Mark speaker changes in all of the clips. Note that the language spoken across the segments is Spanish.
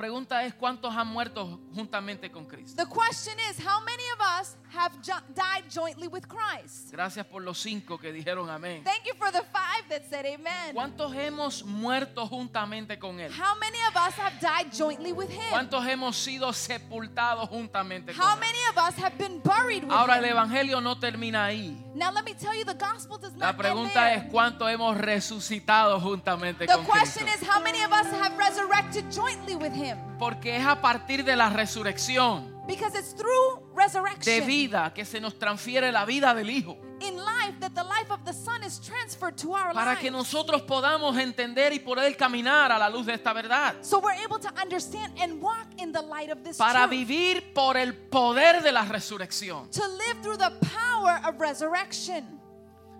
Speaker 1: pregunta es cuántos han muerto juntamente con Cristo.
Speaker 2: The question is, how many of us have jo- died jointly with Christ?
Speaker 1: Gracias por los cinco que dijeron amén.
Speaker 2: Thank you for the five that said amen.
Speaker 1: ¿Cuántos hemos muerto juntamente con Él?
Speaker 2: How many of us have died jointly with Him?
Speaker 1: ¿Cuántos hemos sido sepultados juntamente
Speaker 2: How
Speaker 1: con Él?
Speaker 2: many of us have been buried with
Speaker 1: Ahora el
Speaker 2: Him?
Speaker 1: Evangelio no termina ahí.
Speaker 2: Now let me tell you, the gospel does
Speaker 1: La
Speaker 2: not end
Speaker 1: pregunta es
Speaker 2: there.
Speaker 1: cuántos hemos resucitado juntamente
Speaker 2: The
Speaker 1: con Cristo.
Speaker 2: question is, how many of us have resurrected jointly with Him?
Speaker 1: Porque es a partir de la resurrección
Speaker 2: Because it's through
Speaker 1: de
Speaker 2: resurrection
Speaker 1: vida que se nos transfiere la vida del Hijo.
Speaker 2: in life that the life of the Son is transferred to our
Speaker 1: Para que
Speaker 2: lives.
Speaker 1: nosotros podamos entender y poder caminar a la luz de esta verdad.
Speaker 2: So we're able to understand and walk in the light of this
Speaker 1: Para
Speaker 2: truth.
Speaker 1: vivir por el poder de la resurrección.
Speaker 2: To live through the power of resurrection.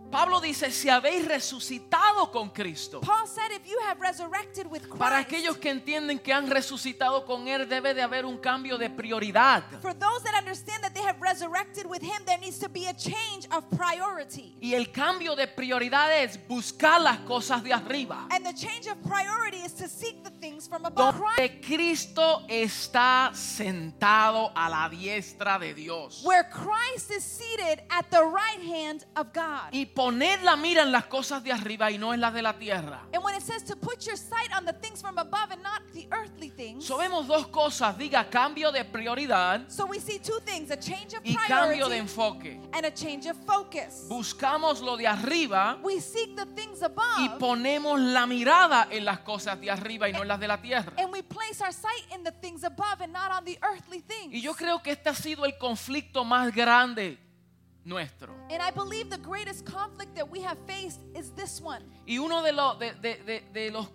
Speaker 1: Pablo dice, si habéis resucitado con Cristo.
Speaker 2: Paul said, if you have resurrected with Christ,
Speaker 1: Para aquellos que entienden que han resucitado con Él debe de haber un cambio de prioridad.
Speaker 2: for those that understand that they have resurrected with Him, there needs to be a change of priority.
Speaker 1: Y el cambio de prioridad es buscar las cosas de arriba.
Speaker 2: And the change of priority is to seek the things from above. Christ,
Speaker 1: Donde Cristo está sentado a la diestra de Dios.
Speaker 2: where Christ is seated at the right hand of God.
Speaker 1: Y poner la mira en las cosas de arriba y no en las de la tierra.
Speaker 2: And when it says to put your sight on the things from above and not the earthly things,
Speaker 1: So vemos dos cosas, diga cambio de prioridad
Speaker 2: so we see two things a change of
Speaker 1: y cambio de
Speaker 2: priority
Speaker 1: enfoque.
Speaker 2: and a change of focus.
Speaker 1: Buscamos lo de arriba
Speaker 2: We seek the things
Speaker 1: y
Speaker 2: above
Speaker 1: ponemos la mirada en las cosas de arriba y no en las de la tierra.
Speaker 2: and we place our sight in the things above and not on the earthly things.
Speaker 1: Y yo creo que este ha sido el conflicto más grande nuestro.
Speaker 2: And I believe the greatest conflict that we have faced is this one.
Speaker 1: Y uno de los de, de- de- de los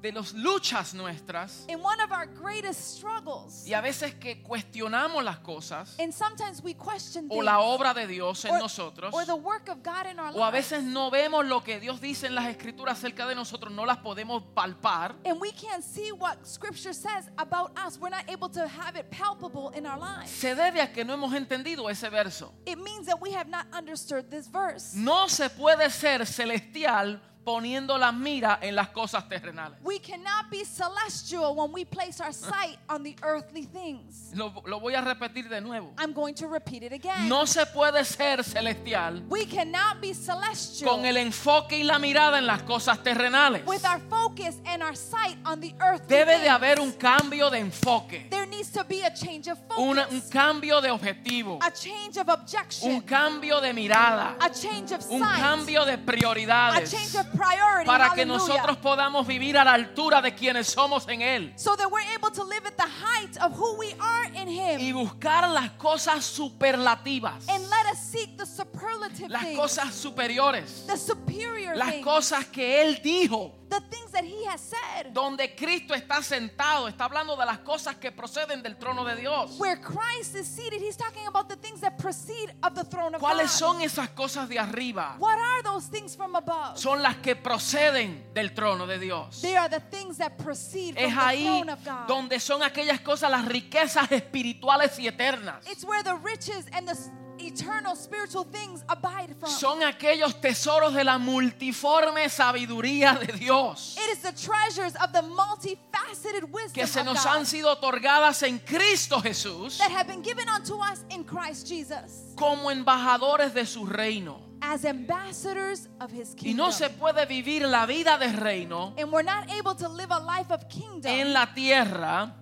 Speaker 1: de los luchas nuestras
Speaker 2: In one of our greatest struggles,
Speaker 1: y a veces que cuestionamos las cosas
Speaker 2: and sometimes we question
Speaker 1: o
Speaker 2: things,
Speaker 1: la obra de Dios en
Speaker 2: or,
Speaker 1: nosotros
Speaker 2: or the work of God in our
Speaker 1: o a
Speaker 2: lives.
Speaker 1: veces no vemos lo que Dios dice en las escrituras acerca de nosotros, no las podemos palpar.
Speaker 2: And we can't see what scripture says about us. We're not able to have it palpable in our lives.
Speaker 1: Se debe a que no hemos entendido ese verso.
Speaker 2: It means that we have not understood this verse.
Speaker 1: No se puede ser celestial poniendo la mira en las cosas terrenales.
Speaker 2: We cannot be celestial when we place our sight on the earthly things.
Speaker 1: Lo, lo voy a repetir de nuevo.
Speaker 2: I'm going to repeat it again.
Speaker 1: No se puede ser celestial
Speaker 2: We cannot be celestial
Speaker 1: con el enfoque y la mirada en las cosas terrenales.
Speaker 2: with our focus and our sight on the earthly
Speaker 1: Debe de
Speaker 2: things.
Speaker 1: haber un cambio de enfoque,
Speaker 2: There needs to be a change of focus,
Speaker 1: una- un cambio de objetivo,
Speaker 2: a change of objection,
Speaker 1: un cambio de mirada,
Speaker 2: a change of
Speaker 1: un
Speaker 2: sight,
Speaker 1: cambio de
Speaker 2: a
Speaker 1: prioridades
Speaker 2: change of priority.
Speaker 1: para que
Speaker 2: Hallelujah.
Speaker 1: nosotros podamos vivir a la altura de quienes somos en Él
Speaker 2: so that we're able to live at the height of who we are in Him.
Speaker 1: y buscar las cosas superlativas,
Speaker 2: and let us seek the superlative
Speaker 1: las
Speaker 2: things,
Speaker 1: cosas superiores,
Speaker 2: the superior
Speaker 1: las
Speaker 2: things,
Speaker 1: cosas que Él dijo.
Speaker 2: the things that He has said.
Speaker 1: donde Cristo está sentado, está hablando de las cosas que proceden del trono de Dios.
Speaker 2: Where Christ is seated, He's talking about the things that proceed of the throne of
Speaker 1: ¿Cuáles
Speaker 2: God.
Speaker 1: son esas cosas de arriba?
Speaker 2: What are those things from above?
Speaker 1: Son las que proceden del trono de Dios.
Speaker 2: they are the things that proceed
Speaker 1: Es
Speaker 2: from the
Speaker 1: ahí
Speaker 2: throne of God.
Speaker 1: donde son aquellas cosas, las riquezas espirituales y eternas.
Speaker 2: It's where the riches and the s- eternal spiritual things abide from.
Speaker 1: Son aquellos tesoros de la multiforme sabiduría de Dios
Speaker 2: it is the treasures of the multifaceted wisdom
Speaker 1: que se
Speaker 2: of
Speaker 1: nos
Speaker 2: God
Speaker 1: han sido otorgadas en Cristo Jesús
Speaker 2: that have been given unto us in Christ Jesus
Speaker 1: como embajadores de su reino.
Speaker 2: as ambassadors of His
Speaker 1: Y
Speaker 2: kingdom.
Speaker 1: no se puede vivir la vida de reino
Speaker 2: and we're not able to live a life of kingdom
Speaker 1: en la tierra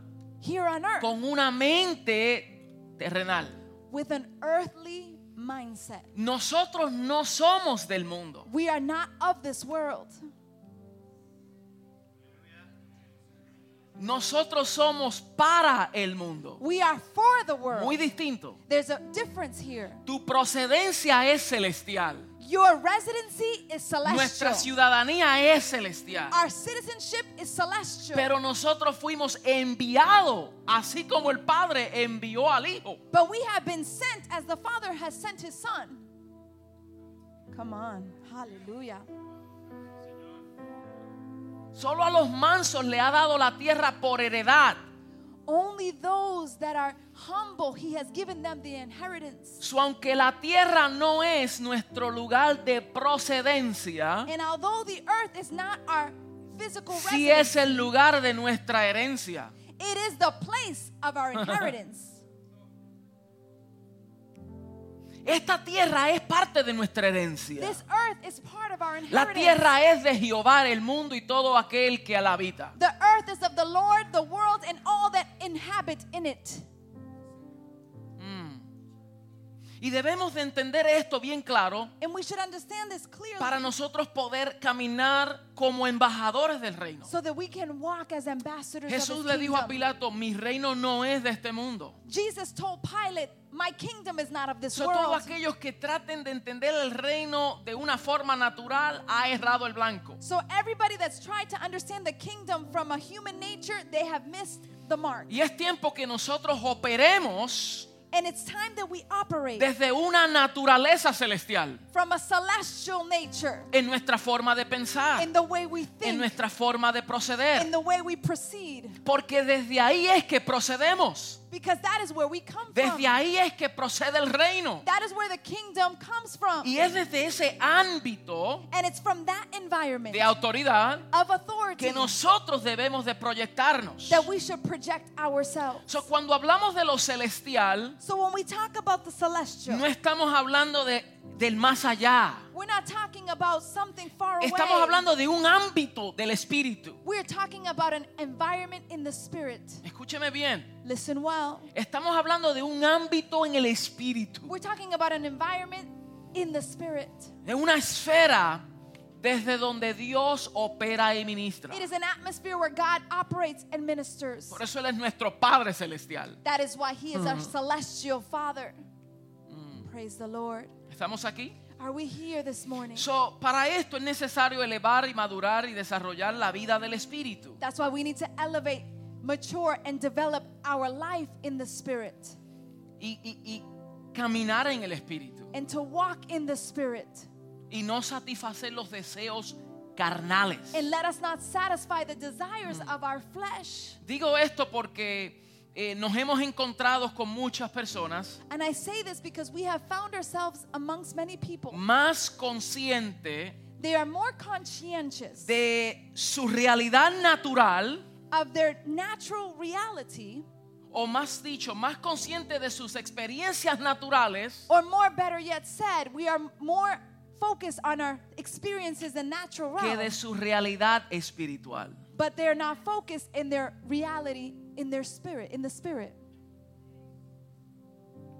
Speaker 2: here on earth
Speaker 1: con una mente terrenal.
Speaker 2: with an earthly mindset.
Speaker 1: Nosotros no somos del mundo.
Speaker 2: We are not of this world.
Speaker 1: Nosotros somos para el mundo.
Speaker 2: We are for the world.
Speaker 1: Muy distinto.
Speaker 2: There's a difference here.
Speaker 1: Tu procedencia es celestial.
Speaker 2: Your residency is
Speaker 1: Nuestra
Speaker 2: celestial.
Speaker 1: ciudadanía es celestial.
Speaker 2: Our citizenship is celestial.
Speaker 1: Pero nosotros fuimos enviados, así como el Padre envió al Hijo.
Speaker 2: But we have been sent as the Father has sent his Son. Come on. Hallelujah.
Speaker 1: Solo a los mansos le ha dado la tierra por heredad.
Speaker 2: Only those that are humble, he has given them the inheritance.
Speaker 1: So, aunque la tierra no es nuestro lugar de procedencia,
Speaker 2: And although the earth is not our physical
Speaker 1: sí
Speaker 2: residence,
Speaker 1: es el lugar de nuestra herencia.
Speaker 2: It is the place of our inheritance.
Speaker 1: Esta tierra es parte de nuestra herencia.
Speaker 2: This earth is part of our
Speaker 1: La
Speaker 2: inheritance.
Speaker 1: tierra es de Jehová, el mundo y todo aquel que la habita.
Speaker 2: The earth is of the Lord, the world, and all that inhabit in it.
Speaker 1: Y debemos de entender esto bien claro
Speaker 2: And we should understand this clearly
Speaker 1: para nosotros poder caminar como embajadores del reino.
Speaker 2: so that we can walk as ambassadors
Speaker 1: Jesús
Speaker 2: of
Speaker 1: le
Speaker 2: his
Speaker 1: dijo a
Speaker 2: kingdom.
Speaker 1: Pilato, mi reino no es de este mundo.
Speaker 2: Jesus told Pilate, My kingdom is not of this
Speaker 1: So,
Speaker 2: world.
Speaker 1: todos aquellos que traten de entender el reino de una forma natural ha errado el blanco.
Speaker 2: So everybody that's tried to understand the kingdom from a human nature, they have missed the mark.
Speaker 1: Y es tiempo que nosotros operemos
Speaker 2: And it's time that we operate
Speaker 1: desde una naturaleza celestial
Speaker 2: from a celestial nature
Speaker 1: en nuestra forma de pensar,
Speaker 2: in the way we
Speaker 1: Ah. en
Speaker 2: think,
Speaker 1: nuestra forma de
Speaker 2: in
Speaker 1: proceder.
Speaker 2: the way we proceed,
Speaker 1: Porque desde ahí es que procedemos.
Speaker 2: because that is where we come from.
Speaker 1: Desde ahí es que procede el reino.
Speaker 2: That is where the kingdom comes from.
Speaker 1: Y es desde ese ámbito
Speaker 2: And it's from that environment
Speaker 1: de autoridad
Speaker 2: of authority
Speaker 1: que nosotros debemos de proyectarnos.
Speaker 2: that we should project ourselves.
Speaker 1: So, cuando hablamos de lo celestial,
Speaker 2: So when we talk about the celestial,
Speaker 1: no estamos hablando de, del más allá.
Speaker 2: we're not talking about something far away.
Speaker 1: Estamos hablando de un ámbito del espíritu.
Speaker 2: We're talking about an environment in the spirit.
Speaker 1: Escúcheme bien.
Speaker 2: Listen well.
Speaker 1: Estamos hablando de un ámbito en el espíritu.
Speaker 2: We're talking about an environment in the spirit.
Speaker 1: De una esfera desde donde Dios opera y ministra.
Speaker 2: It is an atmosphere where God operates and ministers.
Speaker 1: Por eso Él es nuestro Padre Celestial.
Speaker 2: That is why He is our
Speaker 1: Mm.
Speaker 2: celestial Father. Praise the Lord.
Speaker 1: ¿Estamos aquí?
Speaker 2: Are we here this morning?
Speaker 1: So, para esto es necesario elevar y madurar y desarrollar la vida del espíritu.
Speaker 2: That's why we need to elevate, mature, and develop our life in the spirit
Speaker 1: Y, y- y caminar en el espíritu.
Speaker 2: and to walk in the spirit.
Speaker 1: Y no satisfacer los deseos carnales.
Speaker 2: And let us not satisfy the desires
Speaker 1: Mm.
Speaker 2: of our flesh.
Speaker 1: Digo esto porque eh, nos hemos encontrado con muchas personas
Speaker 2: And I say this because we have found ourselves amongst many people.
Speaker 1: más conscientes
Speaker 2: They are more conscientious
Speaker 1: de su realidad natural
Speaker 2: of their natural reality,
Speaker 1: o más dicho, más conscientes de sus experiencias naturales
Speaker 2: or more better yet said, we are more focused on our experiences and natural
Speaker 1: que de
Speaker 2: realm,
Speaker 1: su realidad espiritual.
Speaker 2: but they're not focused in their reality, in their spirit, in the spirit.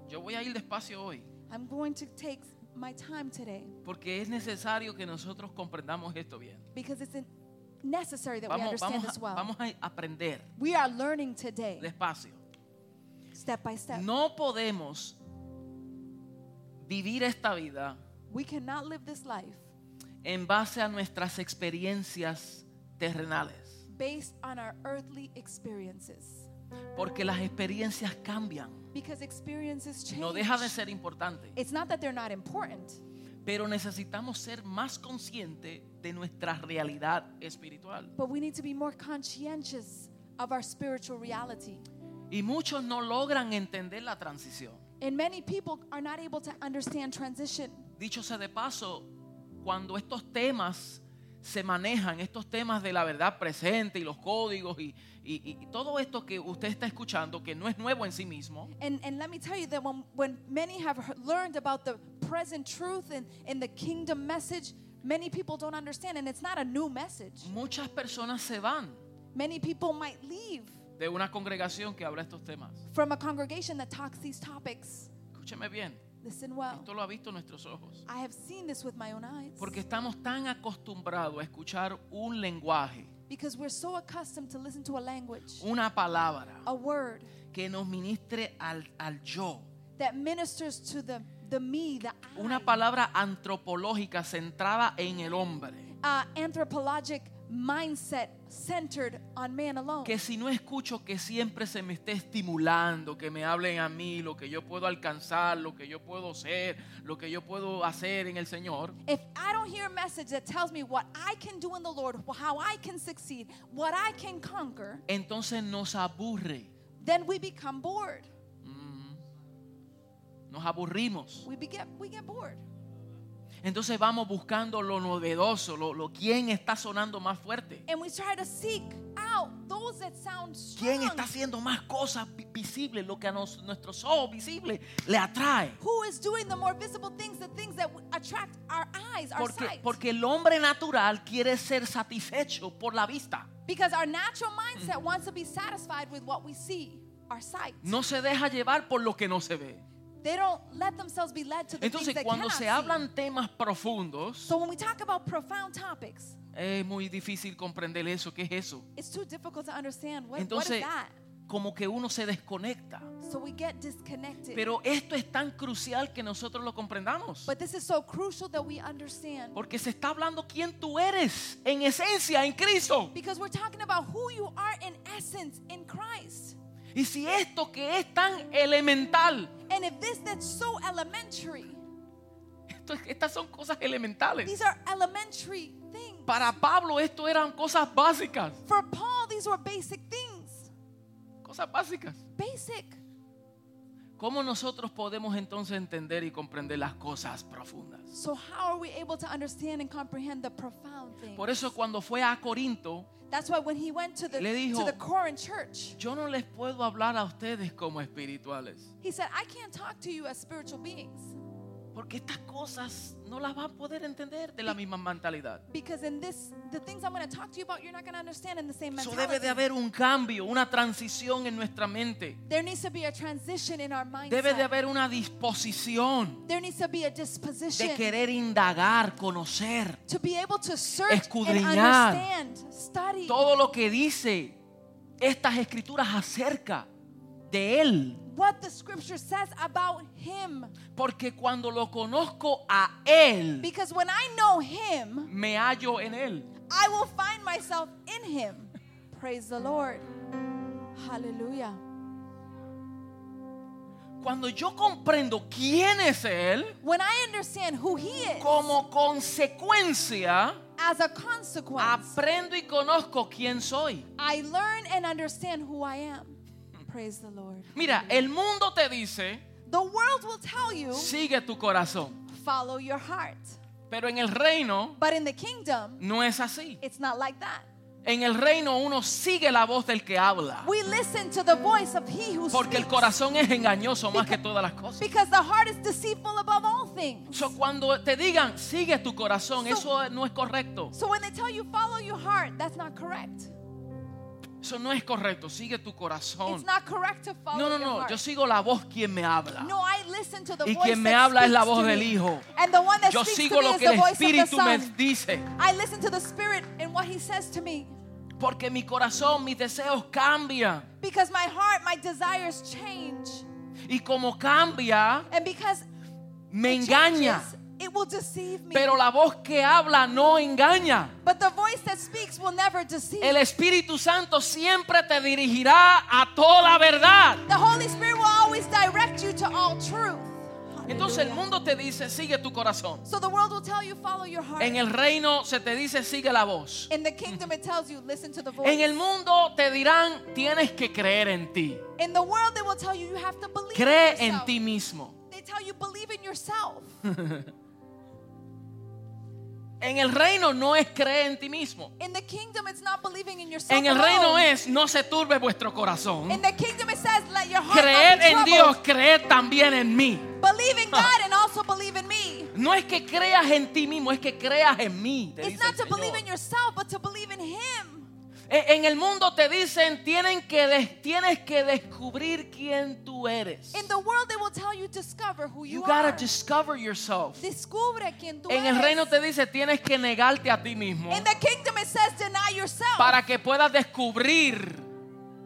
Speaker 1: Yo voy a ir despacio hoy
Speaker 2: I'm going to take my time today
Speaker 1: porque es necesario que nosotros comprendamos esto bien.
Speaker 2: because it's in- necessary that we
Speaker 1: Vamos,
Speaker 2: understand
Speaker 1: vamos,
Speaker 2: this
Speaker 1: a,
Speaker 2: well.
Speaker 1: vamos a aprender
Speaker 2: We are learning today,
Speaker 1: despacio.
Speaker 2: step by step.
Speaker 1: No podemos vivir esta vida
Speaker 2: We cannot live this life
Speaker 1: en base a nuestras experiencias terrenales,
Speaker 2: based on our earthly experiences
Speaker 1: porque las experiencias cambian.
Speaker 2: because experiences change.
Speaker 1: No deja de ser importante,
Speaker 2: It's not that they're not important.
Speaker 1: pero necesitamos ser más conscientes de nuestra realidad espiritual.
Speaker 2: But we need to be more conscientious of our spiritual reality.
Speaker 1: Y muchos no logran entender la transición.
Speaker 2: And many people are not able to understand transition.
Speaker 1: Dicho sea de paso, cuando estos temas se manejan, estos temas de la verdad presente y los códigos y, y- y todo esto que usted está escuchando, que no es nuevo en sí mismo,
Speaker 2: And, and let me tell you that when, when many have he- learned about the present truth and, and the kingdom message, many people don't understand. And it's not a new message.
Speaker 1: muchas personas se van
Speaker 2: Many people might leave
Speaker 1: de una congregación que habla estos temas.
Speaker 2: from a congregation that talks these topics.
Speaker 1: Escúcheme bien,
Speaker 2: Listen well.
Speaker 1: esto lo ha visto nuestros ojos.
Speaker 2: I have seen this with my own eyes.
Speaker 1: Porque estamos tan acostumbrados a escuchar un lenguaje,
Speaker 2: Because we're so accustomed to listen to a language,
Speaker 1: una palabra
Speaker 2: a word
Speaker 1: que nos ministre al, al yo.
Speaker 2: that ministers to the, the me, the I.
Speaker 1: Una palabra antropológica centrada en el hombre.
Speaker 2: uh, anthropologic mindset centered on man alone.
Speaker 1: Que si no escucho que siempre se me esté estimulando, que me hablen a mí, lo que yo puedo alcanzar, lo que yo puedo ser, lo que yo puedo hacer en el Señor,
Speaker 2: If I don't hear a message that tells me what I can do in the Lord, how I can succeed, what I can conquer,
Speaker 1: entonces nos aburre,
Speaker 2: then we become bored.
Speaker 1: nos aburrimos.
Speaker 2: We be- get we get bored.
Speaker 1: Entonces vamos buscando lo novedoso, lo, lo quién está sonando más fuerte.
Speaker 2: And we try to seek out those that sound
Speaker 1: ¿Quién
Speaker 2: strong.
Speaker 1: está haciendo más cosas vi- visibles, lo que a nos- nuestros ojos visibles le atrae?
Speaker 2: Who is doing the more visible things, the things that w- attract our eyes, our
Speaker 1: Porque,
Speaker 2: sight?
Speaker 1: porque el hombre natural quiere ser satisfecho por la vista.
Speaker 2: because our natural mindset wants to be satisfied with what we see, our sight.
Speaker 1: No se deja llevar por lo que no se ve.
Speaker 2: They don't let themselves be led to the things
Speaker 1: Entonces,
Speaker 2: they
Speaker 1: cuando
Speaker 2: cannot
Speaker 1: se
Speaker 2: see.
Speaker 1: hablan temas profundos,
Speaker 2: So when we talk about profound topics,
Speaker 1: es muy difícil comprender eso, ¿qué es eso?
Speaker 2: it's too difficult to understand. What, what is
Speaker 1: Entonces,
Speaker 2: that?
Speaker 1: como que uno se desconecta.
Speaker 2: So we get disconnected.
Speaker 1: Pero esto es tan crucial que nosotros lo comprendamos.
Speaker 2: but this is so crucial that we understand.
Speaker 1: Porque se está hablando quién tú eres en esencia, en Cristo.
Speaker 2: Because we're talking about who you are in essence in Christ.
Speaker 1: Y si esto que es tan elemental,
Speaker 2: And if this that's so elementary,
Speaker 1: esto- estas son cosas elementales.
Speaker 2: these are elementary things.
Speaker 1: Para Pablo esto eran cosas básicas,
Speaker 2: For Paul, these were basic things.
Speaker 1: cosas básicas.
Speaker 2: Basic.
Speaker 1: ¿Cómo nosotros podemos entonces entender y comprender las cosas profundas?
Speaker 2: So how are we able to understand and comprehend the profound things?
Speaker 1: Por eso cuando fue a Corinto,
Speaker 2: That's why when he went to the
Speaker 1: Le dijo-
Speaker 2: to the Corinth church,
Speaker 1: yo no les puedo hablar a ustedes como espirituales,
Speaker 2: he said, "I can't talk to you as spiritual beings."
Speaker 1: porque estas cosas no las van a poder entender de la misma mentalidad.
Speaker 2: Because in this, the things I'm going to talk to you about, you're not going to understand in the same
Speaker 1: Eso
Speaker 2: mentality.
Speaker 1: debe de haber un cambio, una transición en nuestra mente.
Speaker 2: There needs to be a transition in our mindset.
Speaker 1: Debe de haber una disposición
Speaker 2: There needs to be a
Speaker 1: de
Speaker 2: disposition
Speaker 1: querer indagar, conocer
Speaker 2: to be able to search and
Speaker 1: Escudriñar.
Speaker 2: understand, study
Speaker 1: todo lo que dice estas escrituras acerca de Él.
Speaker 2: what the scripture says about him.
Speaker 1: Porque cuando lo conozco a Él,
Speaker 2: Because when I know him,
Speaker 1: me hallo en Él.
Speaker 2: I will find myself in him. Praise the Lord. Hallelujah.
Speaker 1: Cuando yo comprendo quién es Él,
Speaker 2: When I understand who he is,
Speaker 1: como consecuencia,
Speaker 2: as a consequence,
Speaker 1: aprendo y conozco quién soy.
Speaker 2: I learn and understand who I am. Praise the Lord.
Speaker 1: Mira, el mundo te dice,
Speaker 2: The world will tell you,
Speaker 1: sigue tu corazón.
Speaker 2: follow your heart.
Speaker 1: Pero en el reino
Speaker 2: But in the kingdom,
Speaker 1: no es así.
Speaker 2: it's not like that.
Speaker 1: En el reino uno sigue la voz del que habla.
Speaker 2: We listen to the voice of he who
Speaker 1: Porque el
Speaker 2: speaks.
Speaker 1: corazón es engañoso más que todas las cosas.
Speaker 2: Because the heart is deceitful above all things.
Speaker 1: So, cuando te digan, sigue tu corazón, eso no es correcto.
Speaker 2: So when they tell you follow your heart, that's not correct.
Speaker 1: Eso no es correcto, sigue tu
Speaker 2: It's
Speaker 1: corazón.
Speaker 2: not correct to follow
Speaker 1: No, no,
Speaker 2: your
Speaker 1: no,
Speaker 2: heart.
Speaker 1: yo sigo la voz quien me habla.
Speaker 2: No, I listen to the
Speaker 1: Y
Speaker 2: voice
Speaker 1: quien me
Speaker 2: that
Speaker 1: habla es la
Speaker 2: speaks
Speaker 1: voz
Speaker 2: to
Speaker 1: del
Speaker 2: me.
Speaker 1: Hijo.
Speaker 2: And the one that
Speaker 1: Yo
Speaker 2: speaks
Speaker 1: sigo
Speaker 2: to me
Speaker 1: lo
Speaker 2: is
Speaker 1: que
Speaker 2: the
Speaker 1: el
Speaker 2: voice of the
Speaker 1: Espíritu me
Speaker 2: Son.
Speaker 1: dice.
Speaker 2: I listen to the Spirit and what He says to me.
Speaker 1: Porque mi corazón, mis deseos cambian.
Speaker 2: Because my heart, my desires change.
Speaker 1: Y como cambia,
Speaker 2: And because
Speaker 1: me
Speaker 2: it
Speaker 1: engaña.
Speaker 2: changes, it will deceive me.
Speaker 1: Pero la voz que habla no engaña.
Speaker 2: but the voice that speaks will never deceive.
Speaker 1: El Espíritu Santo siempre te dirigirá a toda verdad.
Speaker 2: the Holy Spirit will always direct you to all truth.
Speaker 1: Entonces el
Speaker 2: Hallelujah.
Speaker 1: mundo te dice, sigue tu corazón.
Speaker 2: so the world will tell you follow your heart.
Speaker 1: En el reino se te dice, sigue la voz.
Speaker 2: In the kingdom, it tells you listen to the voice.
Speaker 1: En el mundo te dirán, tienes que creer en ti.
Speaker 2: In the world, they will tell you you have to believe
Speaker 1: Cree
Speaker 2: in
Speaker 1: en
Speaker 2: yourself.
Speaker 1: ti mismo.
Speaker 2: They tell you believe in yourself.
Speaker 1: En el reino no es creer en ti mismo.
Speaker 2: In the kingdom, it's not believing in yourself.
Speaker 1: En el
Speaker 2: alone.
Speaker 1: reino es no se turbe vuestro
Speaker 2: In
Speaker 1: corazón.
Speaker 2: the kingdom, it says, "Let your heart
Speaker 1: Creer en
Speaker 2: not be
Speaker 1: Dios, Ah.
Speaker 2: troubled.
Speaker 1: creer también en mí.
Speaker 2: Believe in God and also believe in me."
Speaker 1: No es que creas en ti mismo, es que creas en mí. te
Speaker 2: It's
Speaker 1: dice
Speaker 2: not
Speaker 1: el
Speaker 2: to
Speaker 1: Señor.
Speaker 2: believe in yourself, but to believe in Him.
Speaker 1: E- En el mundo te dicen tienen que des- tienes que descubrir quién tú eres.
Speaker 2: In the world, they will tell you discover who you
Speaker 1: You
Speaker 2: are.
Speaker 1: gotta discover yourself.
Speaker 2: Descubre quién tú
Speaker 1: En el
Speaker 2: eres.
Speaker 1: reino te dice tienes que negarte a ti mismo
Speaker 2: In the kingdom, it says, "Deny yourself."
Speaker 1: para que puedas descubrir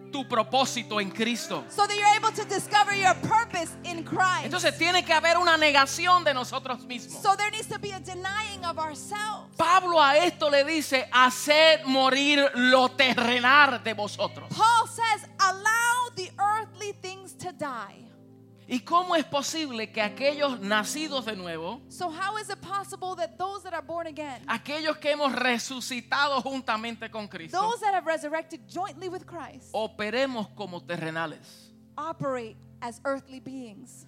Speaker 1: tu propósito en Cristo.
Speaker 2: so that you're able to discover your purpose in Christ.
Speaker 1: Entonces tiene que haber una negación de nosotros mismos.
Speaker 2: so there needs to be a denying of ourselves.
Speaker 1: Pablo a esto le dice, haced morir lo terrenal de vosotros.
Speaker 2: Paul says, allow the earthly things to die.
Speaker 1: ¿Y cómo es posible que aquellos nacidos de nuevo,
Speaker 2: So, how is it possible that those that are born again,
Speaker 1: aquellos que hemos resucitado juntamente con Cristo,
Speaker 2: those that have resurrected jointly with Christ,
Speaker 1: operemos como terrenales?
Speaker 2: operate as earthly beings?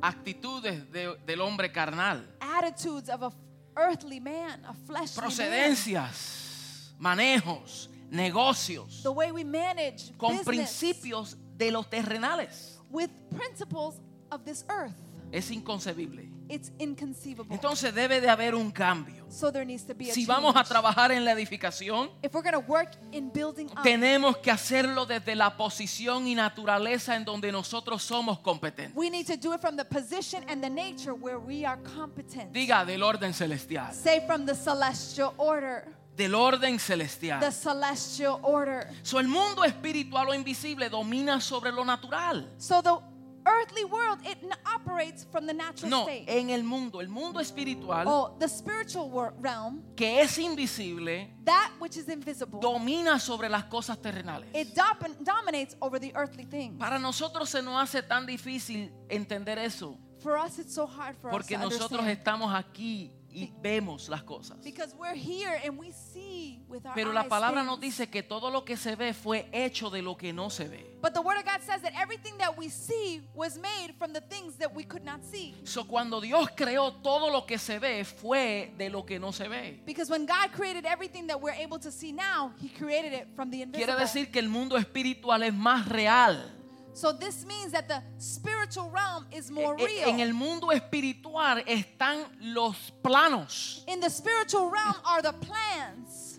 Speaker 1: Actitudes de- del hombre carnal,
Speaker 2: Attitudes of a f- earthly man, a fleshly man,
Speaker 1: procedencias, manejos, negocios,
Speaker 2: the way we manage
Speaker 1: con
Speaker 2: business
Speaker 1: principios de los terrenales.
Speaker 2: with principles of this earth.
Speaker 1: Es inconcebible.
Speaker 2: It's inconceivable.
Speaker 1: Entonces debe de haber un cambio.
Speaker 2: so there needs to be a
Speaker 1: Si
Speaker 2: change.
Speaker 1: vamos a trabajar en la edificación,
Speaker 2: if we're going to work in building up,
Speaker 1: tenemos que hacerlo desde la posición y naturaleza en donde nosotros somos competentes.
Speaker 2: we need to do it from the position and the nature where we are competent.
Speaker 1: Diga del orden celestial.
Speaker 2: Say from the celestial order.
Speaker 1: Del orden celestial.
Speaker 2: The celestial order.
Speaker 1: So, el mundo espiritual o invisible domina sobre lo natural.
Speaker 2: So the earthly world, it n- operates from the natural
Speaker 1: No,
Speaker 2: state.
Speaker 1: en el mundo, el mundo espiritual
Speaker 2: Oh, the spiritual wor- realm,
Speaker 1: que es invisible
Speaker 2: that which is invisible,
Speaker 1: domina sobre las cosas terrenales.
Speaker 2: it dop- dominates over the earthly things.
Speaker 1: Para nosotros se nos hace tan difícil entender eso
Speaker 2: For us, it's so hard for
Speaker 1: porque
Speaker 2: us to
Speaker 1: nosotros
Speaker 2: understand.
Speaker 1: estamos aquí y vemos las cosas.
Speaker 2: Because we're here and we see with our
Speaker 1: Pero
Speaker 2: eyes.
Speaker 1: la palabra nos
Speaker 2: things.
Speaker 1: dice que todo lo que se ve fue hecho de lo que no se ve.
Speaker 2: But the Word of God says that everything that we see was made from the things that we could not see.
Speaker 1: So, cuando Dios creó todo lo que se ve fue de lo que no se ve.
Speaker 2: Because when God created everything that we're able to see now, He created it from the invisible.
Speaker 1: Quiere decir que el mundo espiritual es más real.
Speaker 2: so this means that the spiritual realm is more
Speaker 1: E-
Speaker 2: real.
Speaker 1: En el mundo espiritual están los planos.
Speaker 2: In the spiritual realm are the plans.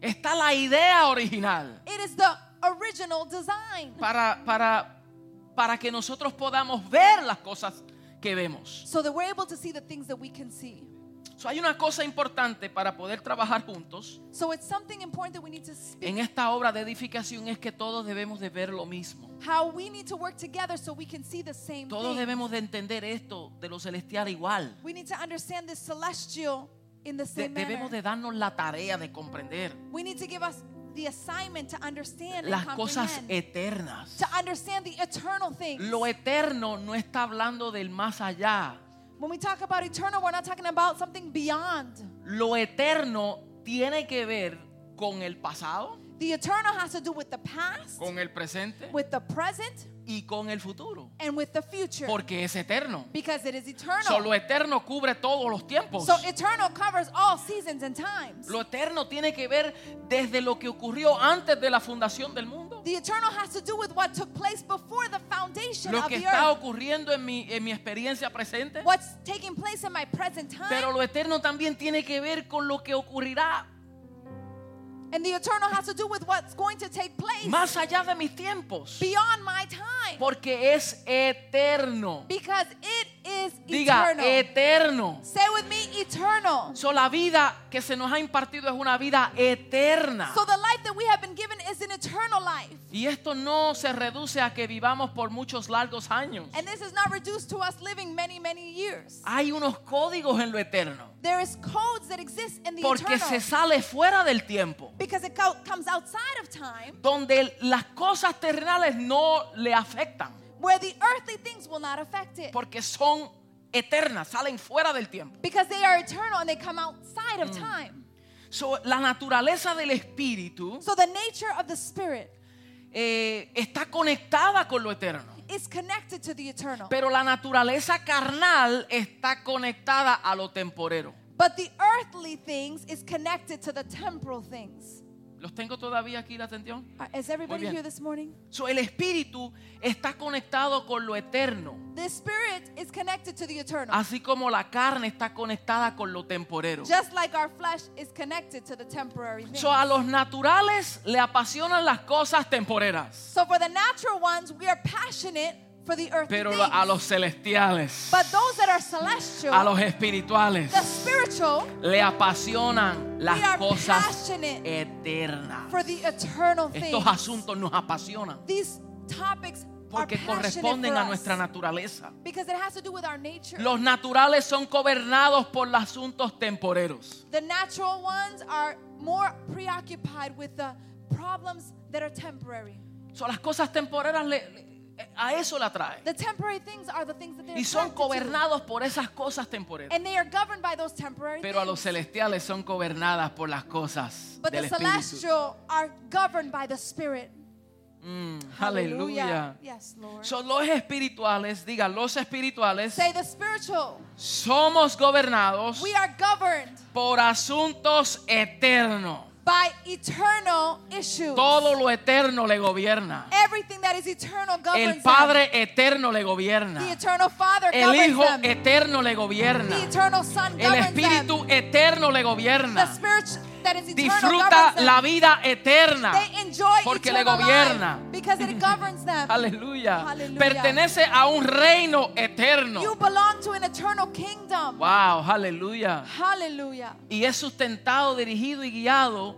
Speaker 1: Está la idea original
Speaker 2: It is the original design.
Speaker 1: para, para, para que nosotros podamos ver las cosas que vemos.
Speaker 2: So that we're able to see the things that we can see.
Speaker 1: So, hay una cosa importante para poder trabajar juntos
Speaker 2: So it's something important that we need to
Speaker 1: en
Speaker 2: speak.
Speaker 1: esta obra de edificación es que todos debemos de ver lo mismo.
Speaker 2: How we need to work together so we can see the same
Speaker 1: Todos
Speaker 2: thing.
Speaker 1: debemos de entender esto de lo celestial igual.
Speaker 2: We need to understand this celestial in the
Speaker 1: De-
Speaker 2: same
Speaker 1: debemos
Speaker 2: manner.
Speaker 1: de darnos la tarea de comprender
Speaker 2: We need to give us the assignment to understand
Speaker 1: las
Speaker 2: and
Speaker 1: cosas
Speaker 2: comprehend.
Speaker 1: eternas.
Speaker 2: To understand the eternal things.
Speaker 1: Lo eterno no está hablando del más allá.
Speaker 2: When we talk about eternal, we're not talking about something beyond.
Speaker 1: Lo eterno tiene que ver con el pasado,
Speaker 2: The eternal has to do with the past,
Speaker 1: con el presente
Speaker 2: with the present,
Speaker 1: y con el futuro.
Speaker 2: and with the future.
Speaker 1: Porque es eterno.
Speaker 2: Because it is eternal.
Speaker 1: So, lo eterno cubre todos los tiempos.
Speaker 2: so eternal covers all seasons and times.
Speaker 1: Lo eterno tiene que ver desde lo que ocurrió antes de la fundación del mundo.
Speaker 2: the eternal has to do with what took place before the foundation
Speaker 1: Lo
Speaker 2: of
Speaker 1: que
Speaker 2: the
Speaker 1: está
Speaker 2: earth.
Speaker 1: ocurriendo en mi, en mi experiencia presente.
Speaker 2: What's taking place in my present time.
Speaker 1: Pero lo eterno también tiene que ver con lo que ocurrirá
Speaker 2: and the eternal has to do with what's going to take place
Speaker 1: más allá de mis tiempos.
Speaker 2: beyond my time.
Speaker 1: Porque es eterno.
Speaker 2: because it is
Speaker 1: Diga,
Speaker 2: eternal.
Speaker 1: eterno.
Speaker 2: Say with me, eternal.
Speaker 1: So, la vida que se nos ha impartido es una vida eterna.
Speaker 2: so the life that we have been given is an eternal life.
Speaker 1: y esto no se reduce a que vivamos por muchos largos años.
Speaker 2: And this is not reduced to us living many, many years.
Speaker 1: Hay unos códigos en lo eterno.
Speaker 2: there is codes that exist in the
Speaker 1: Porque
Speaker 2: eternal.
Speaker 1: se sale fuera del tiempo.
Speaker 2: because it co- comes outside of time
Speaker 1: Donde las cosas terrenales no le afectan.
Speaker 2: where the earthly things will not affect it
Speaker 1: Porque son eternas, salen fuera del tiempo.
Speaker 2: because they are eternal and they come outside
Speaker 1: Mm.
Speaker 2: of time
Speaker 1: So, la naturaleza del espíritu
Speaker 2: so the nature of the spirit
Speaker 1: eh, está conectada con lo eterno.
Speaker 2: is connected to the eternal
Speaker 1: Pero la naturaleza carnal está conectada a lo temporero.
Speaker 2: but the earthly things is connected to the temporal things
Speaker 1: ¿Los tengo todavía aquí la atención?
Speaker 2: Uh, is everybody
Speaker 1: bien.
Speaker 2: here this morning
Speaker 1: So, el espíritu está conectado con lo eterno,
Speaker 2: the spirit is connected to the eternal
Speaker 1: así como la carne está conectada con lo temporero.
Speaker 2: just like our flesh is connected to the temporary things
Speaker 1: So, ah- a los naturales le apasionan las cosas temporeras,
Speaker 2: so for the natural ones we are passionate for the earthly
Speaker 1: pero
Speaker 2: things
Speaker 1: a los celestiales,
Speaker 2: but those that are celestial
Speaker 1: a los espirituales,
Speaker 2: the spiritual
Speaker 1: le apasionan
Speaker 2: We
Speaker 1: las
Speaker 2: are
Speaker 1: cosas
Speaker 2: passionate
Speaker 1: eternas.
Speaker 2: for the eternal
Speaker 1: Estos
Speaker 2: things.
Speaker 1: asuntos nos apasionan.
Speaker 2: These topics are
Speaker 1: porque
Speaker 2: passionate
Speaker 1: corresponden
Speaker 2: for
Speaker 1: a
Speaker 2: us
Speaker 1: nuestra naturaleza.
Speaker 2: because it has to do with our nature.
Speaker 1: Los naturales son gobernados por los asuntos temporeros.
Speaker 2: the natural ones are more preoccupied with the problems that are temporary.
Speaker 1: Son las cosas temporeras le- le- a eso la trae.
Speaker 2: The temporary things are the things that they're
Speaker 1: Y son
Speaker 2: attracted to.
Speaker 1: gobernados por esas cosas temporeras.
Speaker 2: and they are governed by those temporary
Speaker 1: Pero a los
Speaker 2: things.
Speaker 1: celestiales son gobernadas por las cosas
Speaker 2: but
Speaker 1: del
Speaker 2: the
Speaker 1: espíritu.
Speaker 2: celestial are governed by the spirit.
Speaker 1: Mm, Aleluya.
Speaker 2: Yes, Lord.
Speaker 1: Son los espirituales, diga los espirituales,
Speaker 2: Say the spiritual.
Speaker 1: somos gobernados
Speaker 2: We are governed
Speaker 1: por asuntos eternos.
Speaker 2: by eternal issues.
Speaker 1: Todo lo eterno le gobierna.
Speaker 2: Everything that is eternal governs
Speaker 1: El
Speaker 2: them.
Speaker 1: Padre eterno le
Speaker 2: The
Speaker 1: gobierna.
Speaker 2: eternal Father
Speaker 1: El
Speaker 2: governs
Speaker 1: Hijo
Speaker 2: them.
Speaker 1: eterno le gobierna.
Speaker 2: the eternal Son
Speaker 1: El
Speaker 2: governs them.
Speaker 1: Espíritu eterno le
Speaker 2: The
Speaker 1: gobierna.
Speaker 2: Spirit that is eternal
Speaker 1: Disfruta
Speaker 2: governs them.
Speaker 1: la vida eterna.
Speaker 2: They enjoy
Speaker 1: porque le
Speaker 2: eternal
Speaker 1: gobierna.
Speaker 2: life because it governs them.
Speaker 1: Aleluya.
Speaker 2: Aleluya.
Speaker 1: Pertenece a un reino eterno.
Speaker 2: You belong to an eternal kingdom.
Speaker 1: Wow, aleluya.
Speaker 2: Hallelujah.
Speaker 1: Y es sustentado, dirigido y guiado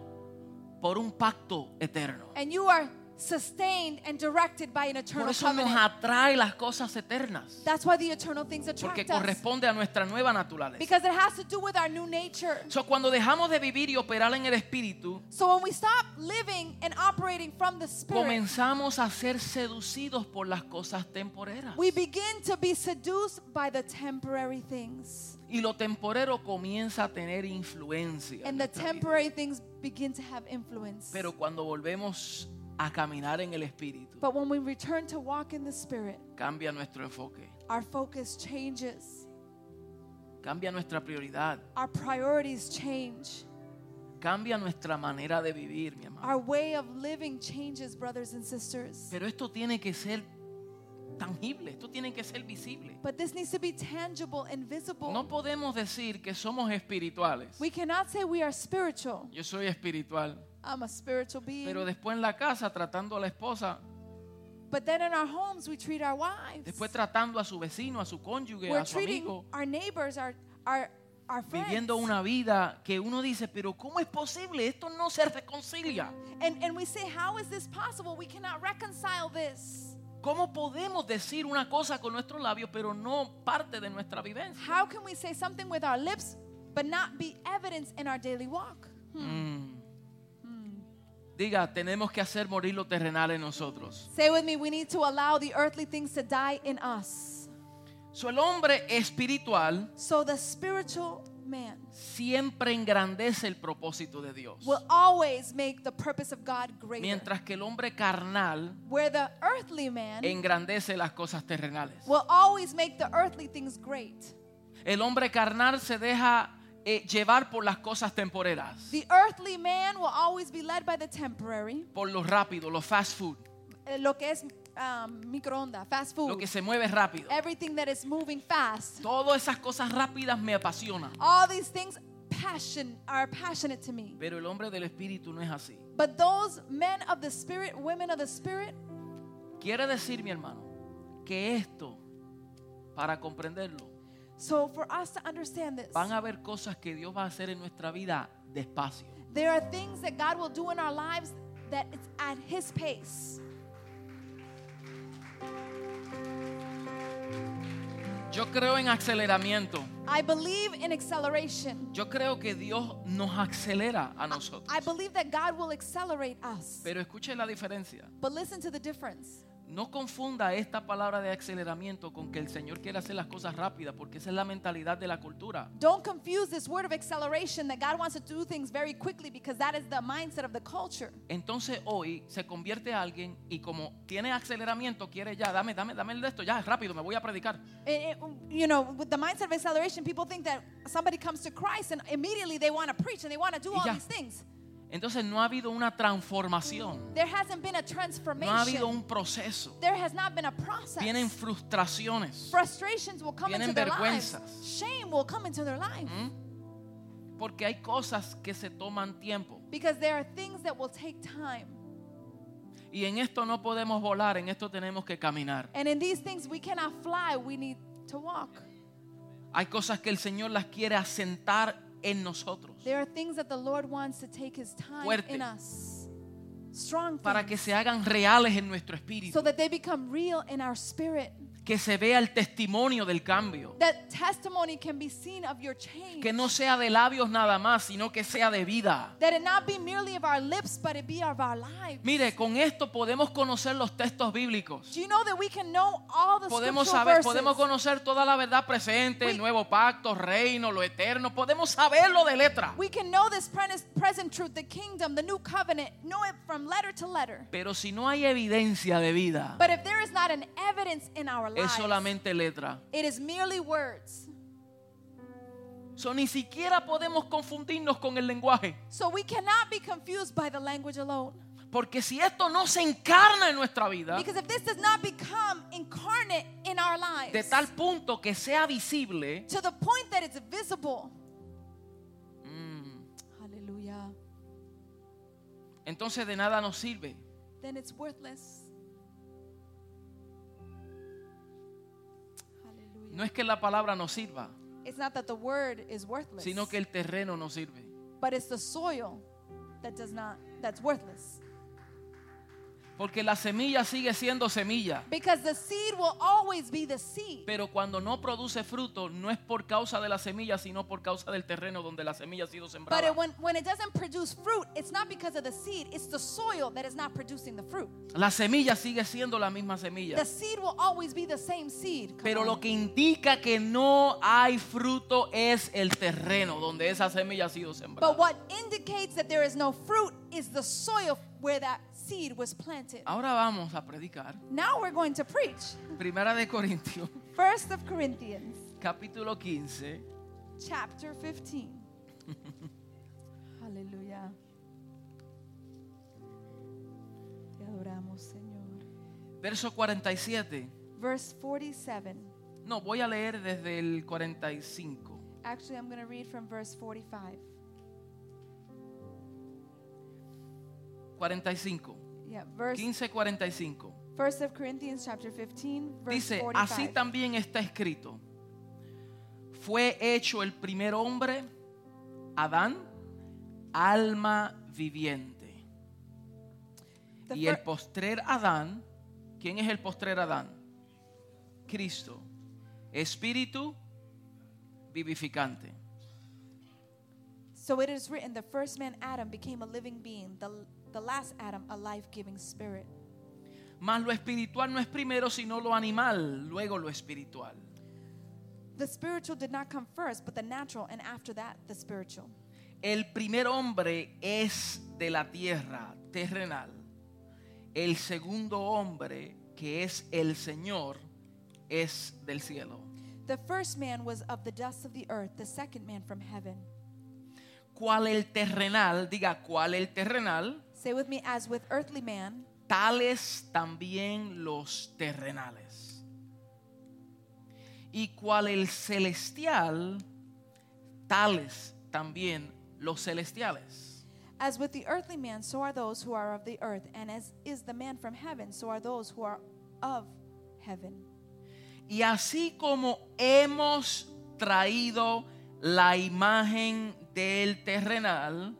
Speaker 1: por un pacto eterno.
Speaker 2: And you are sustained and directed by an
Speaker 1: Por
Speaker 2: eternal
Speaker 1: eso nos
Speaker 2: covenant.
Speaker 1: atrae las cosas eternas.
Speaker 2: That's why the eternal things
Speaker 1: Porque
Speaker 2: attract us.
Speaker 1: corresponde a nuestra nueva naturaleza.
Speaker 2: Because it has to do with our new nature.
Speaker 1: So, cuando dejamos de vivir y operar en el Espíritu,
Speaker 2: So when we stop living and operating from the Spirit,
Speaker 1: comenzamos a ser seducidos por las cosas temporeras.
Speaker 2: we begin to be seduced by the temporary things.
Speaker 1: Y lo temporero comienza a tener influencia. en
Speaker 2: And the
Speaker 1: nuestra vida.
Speaker 2: temporary things begin to have influence.
Speaker 1: Pero cuando volvemos a caminar en el Espíritu,
Speaker 2: But when we return to walk in the Spirit,
Speaker 1: cambia nuestro enfoque,
Speaker 2: our focus changes,
Speaker 1: cambia nuestra prioridad,
Speaker 2: our priorities change,
Speaker 1: cambia nuestra manera de vivir, mi amado.
Speaker 2: our way of living changes, brothers and sisters.
Speaker 1: Pero esto tiene que ser tangible, esto tiene que ser visible.
Speaker 2: But this needs to be tangible and
Speaker 1: No
Speaker 2: visible.
Speaker 1: podemos decir que somos espirituales.
Speaker 2: We cannot say we are spiritual.
Speaker 1: Yo soy espiritual,
Speaker 2: I'm a spiritual
Speaker 1: pero
Speaker 2: being.
Speaker 1: después en la casa tratando a la esposa,
Speaker 2: But then in our homes, we treat our wives.
Speaker 1: después tratando a su vecino, a su cónyuge,
Speaker 2: We're
Speaker 1: a su
Speaker 2: treating
Speaker 1: amigo,
Speaker 2: our neighbors, our, our, our friends.
Speaker 1: viviendo una vida que uno dice, pero ¿cómo es posible? Esto no se reconcilia.
Speaker 2: And, and we say, How is this possible? We cannot reconcile this.
Speaker 1: ¿Cómo podemos decir una cosa con nuestros labios, pero no parte de nuestra vivencia?
Speaker 2: How can we say something with our lips but not be evidence in our daily walk?
Speaker 1: Diga, tenemos que hacer morir lo terrenal en nosotros.
Speaker 2: Say with me, we need to allow the earthly things to die in us.
Speaker 1: So, el hombre espiritual
Speaker 2: So the spiritual man
Speaker 1: siempre engrandece el propósito de Dios.
Speaker 2: will always make the purpose of God greater,
Speaker 1: Mientras que el hombre carnal
Speaker 2: where the earthly man
Speaker 1: engrandece las cosas terrenales.
Speaker 2: will always make the earthly things great.
Speaker 1: El hombre carnal se deja eh, llevar por las cosas temporeras,
Speaker 2: The earthly man will always be led by the temporary.
Speaker 1: por lo rápido, lo fast food,
Speaker 2: eh, lo que es um, microondas, fast food,
Speaker 1: lo que se mueve rápido.
Speaker 2: everything that is moving fast.
Speaker 1: Todas esas cosas rápidas me apasionan.
Speaker 2: All these things passion are passionate to me.
Speaker 1: Pero el hombre del espíritu no es así.
Speaker 2: But those men of the spirit, women of the spirit,
Speaker 1: Quiere decir, mi hermano, que esto, para comprenderlo,
Speaker 2: so for us to understand this,
Speaker 1: van a haber cosas que Dios va a hacer en nuestra vida despacio.
Speaker 2: there are things that God will do in our lives that it's at his pace.
Speaker 1: Yo creo en aceleramiento.
Speaker 2: I believe in acceleration.
Speaker 1: Yo creo que Dios nos acelera a nosotros.
Speaker 2: I believe that God will accelerate us.
Speaker 1: Pero escuchen la diferencia.
Speaker 2: But listen to the difference.
Speaker 1: No confunda esta palabra de aceleramiento con que el Señor quiere hacer las cosas rápidas, porque esa es la mentalidad de la cultura.
Speaker 2: Don't confuse this word of acceleration that God wants to do things very quickly because that is the mindset of the culture.
Speaker 1: Entonces hoy se convierte a alguien y como tiene aceleramiento, quiere ya, dame, dame, dame el de esto, ya, rápido, me voy a predicar.
Speaker 2: It- it- you know, with the mindset of acceleration, people think that somebody comes to Christ and immediately they want to preach and they want to do
Speaker 1: Y
Speaker 2: all
Speaker 1: ya.
Speaker 2: these things.
Speaker 1: Entonces no ha habido una transformación,
Speaker 2: There hasn't been a
Speaker 1: no ha habido
Speaker 2: transformation.
Speaker 1: un proceso.
Speaker 2: There has not been a process.
Speaker 1: Vienen frustraciones
Speaker 2: Frustrations will come
Speaker 1: Vienen
Speaker 2: into their lives.
Speaker 1: vergüenzas. Mm-hmm.
Speaker 2: Shame will come into their life
Speaker 1: porque hay cosas que se toman tiempo.
Speaker 2: because there are things that will take time.
Speaker 1: Y en esto no podemos volar, en esto tenemos que caminar.
Speaker 2: And in these things, we cannot fly, we need to walk.
Speaker 1: Hay cosas que el Señor las quiere asentar en nosotros
Speaker 2: There are things that the Lord wants to take His time
Speaker 1: Fuerte.
Speaker 2: in us. Strong
Speaker 1: para
Speaker 2: things,
Speaker 1: que se hagan reales en nuestro espíritu,
Speaker 2: so that they become real in our spirit.
Speaker 1: que se vea el testimonio del cambio,
Speaker 2: That testimony can be seen of your change.
Speaker 1: que no sea de labios nada más, sino que sea de vida.
Speaker 2: that it not be merely of our lips, but it be of our lives.
Speaker 1: Mire, con esto podemos conocer los textos bíblicos.
Speaker 2: Do you know that we can know all the
Speaker 1: Podemos
Speaker 2: scriptural
Speaker 1: saber,
Speaker 2: verses?
Speaker 1: podemos conocer toda la verdad presente, el
Speaker 2: We-
Speaker 1: nuevo pacto, reino, lo eterno. Podemos saberlo de letra.
Speaker 2: we can know this pre- present truth, the kingdom, the new covenant, know it from letter to letter.
Speaker 1: Pero si no hay evidencia de vida,
Speaker 2: But if there is not an evidence in our
Speaker 1: es
Speaker 2: lives,
Speaker 1: solamente letra.
Speaker 2: it is merely words.
Speaker 1: So, ni siquiera podemos confundirnos con el lenguaje.
Speaker 2: So we cannot be confused by the language alone.
Speaker 1: Porque si esto no se encarna en nuestra vida,
Speaker 2: Because if this does not become incarnate in our lives
Speaker 1: de tal punto que sea visible,
Speaker 2: to the point that it's visible,
Speaker 1: mm,
Speaker 2: hallelujah,
Speaker 1: entonces de nada nos sirve.
Speaker 2: then it's worthless. Hallelujah.
Speaker 1: No es que la palabra nos sirva,
Speaker 2: It's not that the word is worthless,
Speaker 1: sino que el terreno nos sirve.
Speaker 2: but it's the soil that does not that's worthless.
Speaker 1: Porque la semilla sigue siendo semilla.
Speaker 2: Because the seed will always be the seed.
Speaker 1: Pero cuando no produce fruto, no es por causa de la semilla, sino por causa del terreno donde la semilla ha sido
Speaker 2: But
Speaker 1: sembrada.
Speaker 2: it, when, when it doesn't produce fruit, it's not because of the seed, it's the soil that is not producing the fruit.
Speaker 1: La semilla sigue siendo la misma semilla.
Speaker 2: The seed will always be the same seed. Come
Speaker 1: Pero
Speaker 2: on.
Speaker 1: lo que indica que no hay fruto es el terreno donde esa semilla ha sido
Speaker 2: But
Speaker 1: sembrada.
Speaker 2: what indicates that there is no fruit is the soil where that seed was planted.
Speaker 1: Ahora vamos a predicar.
Speaker 2: Now we're going to preach.
Speaker 1: Primera de Corintios,
Speaker 2: First of Corinthians,
Speaker 1: capítulo 15,
Speaker 2: chapter 15. Hallelujah. Te adoramos, Señor.
Speaker 1: verso 47.
Speaker 2: Verse 47.
Speaker 1: No, voy a leer desde el 45.
Speaker 2: Actually, I'm going to read from verse 45.
Speaker 1: 45.
Speaker 2: Yeah, verse
Speaker 1: 15, 45.
Speaker 2: First of Corinthians chapter 15, verse
Speaker 1: Dice, así
Speaker 2: 45.
Speaker 1: también está escrito. Fue hecho el primer hombre, Adán, alma viviente.
Speaker 2: The
Speaker 1: Y el
Speaker 2: fir-
Speaker 1: postrer Adán, ¿quién es el postrer Adán? Cristo, espíritu vivificante.
Speaker 2: so it is written, the first man Adam became a living being, the, the last Adam a life-giving spirit.
Speaker 1: Mas lo espiritual no es primero, sino lo animal, luego lo espiritual.
Speaker 2: The spiritual did not come first, but the natural, and after that, the spiritual.
Speaker 1: El primer hombre es de la tierra terrenal. El segundo hombre, que es el Señor, es del cielo.
Speaker 2: The first man was of the dust of the earth, the second man from heaven.
Speaker 1: Cual el terrenal, diga cual el terrenal,
Speaker 2: Say with me, as with earthly man,
Speaker 1: tales también los terrenales. Y cual el celestial, tales también los celestiales.
Speaker 2: as with the earthly man, so are those who are of the earth, and as is the man from heaven, so are those who are of heaven.
Speaker 1: Y así como hemos traído la imagen del terrenal,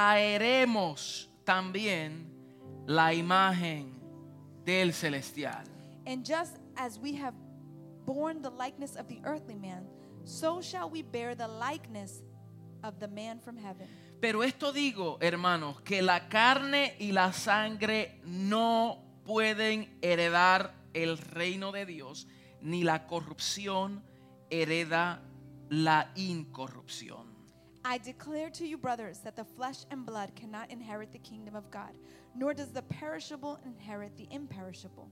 Speaker 1: traeremos también la imagen del celestial.
Speaker 2: And just as we have borne the likeness of the earthly man, so shall we bear the likeness of the man from heaven.
Speaker 1: Pero esto digo, hermanos, que la carne y la sangre no pueden heredar el reino de Dios, ni la corrupción hereda la incorrupción.
Speaker 2: I declare to you, brothers, that the flesh and blood cannot inherit the kingdom of God, nor does the perishable inherit the imperishable.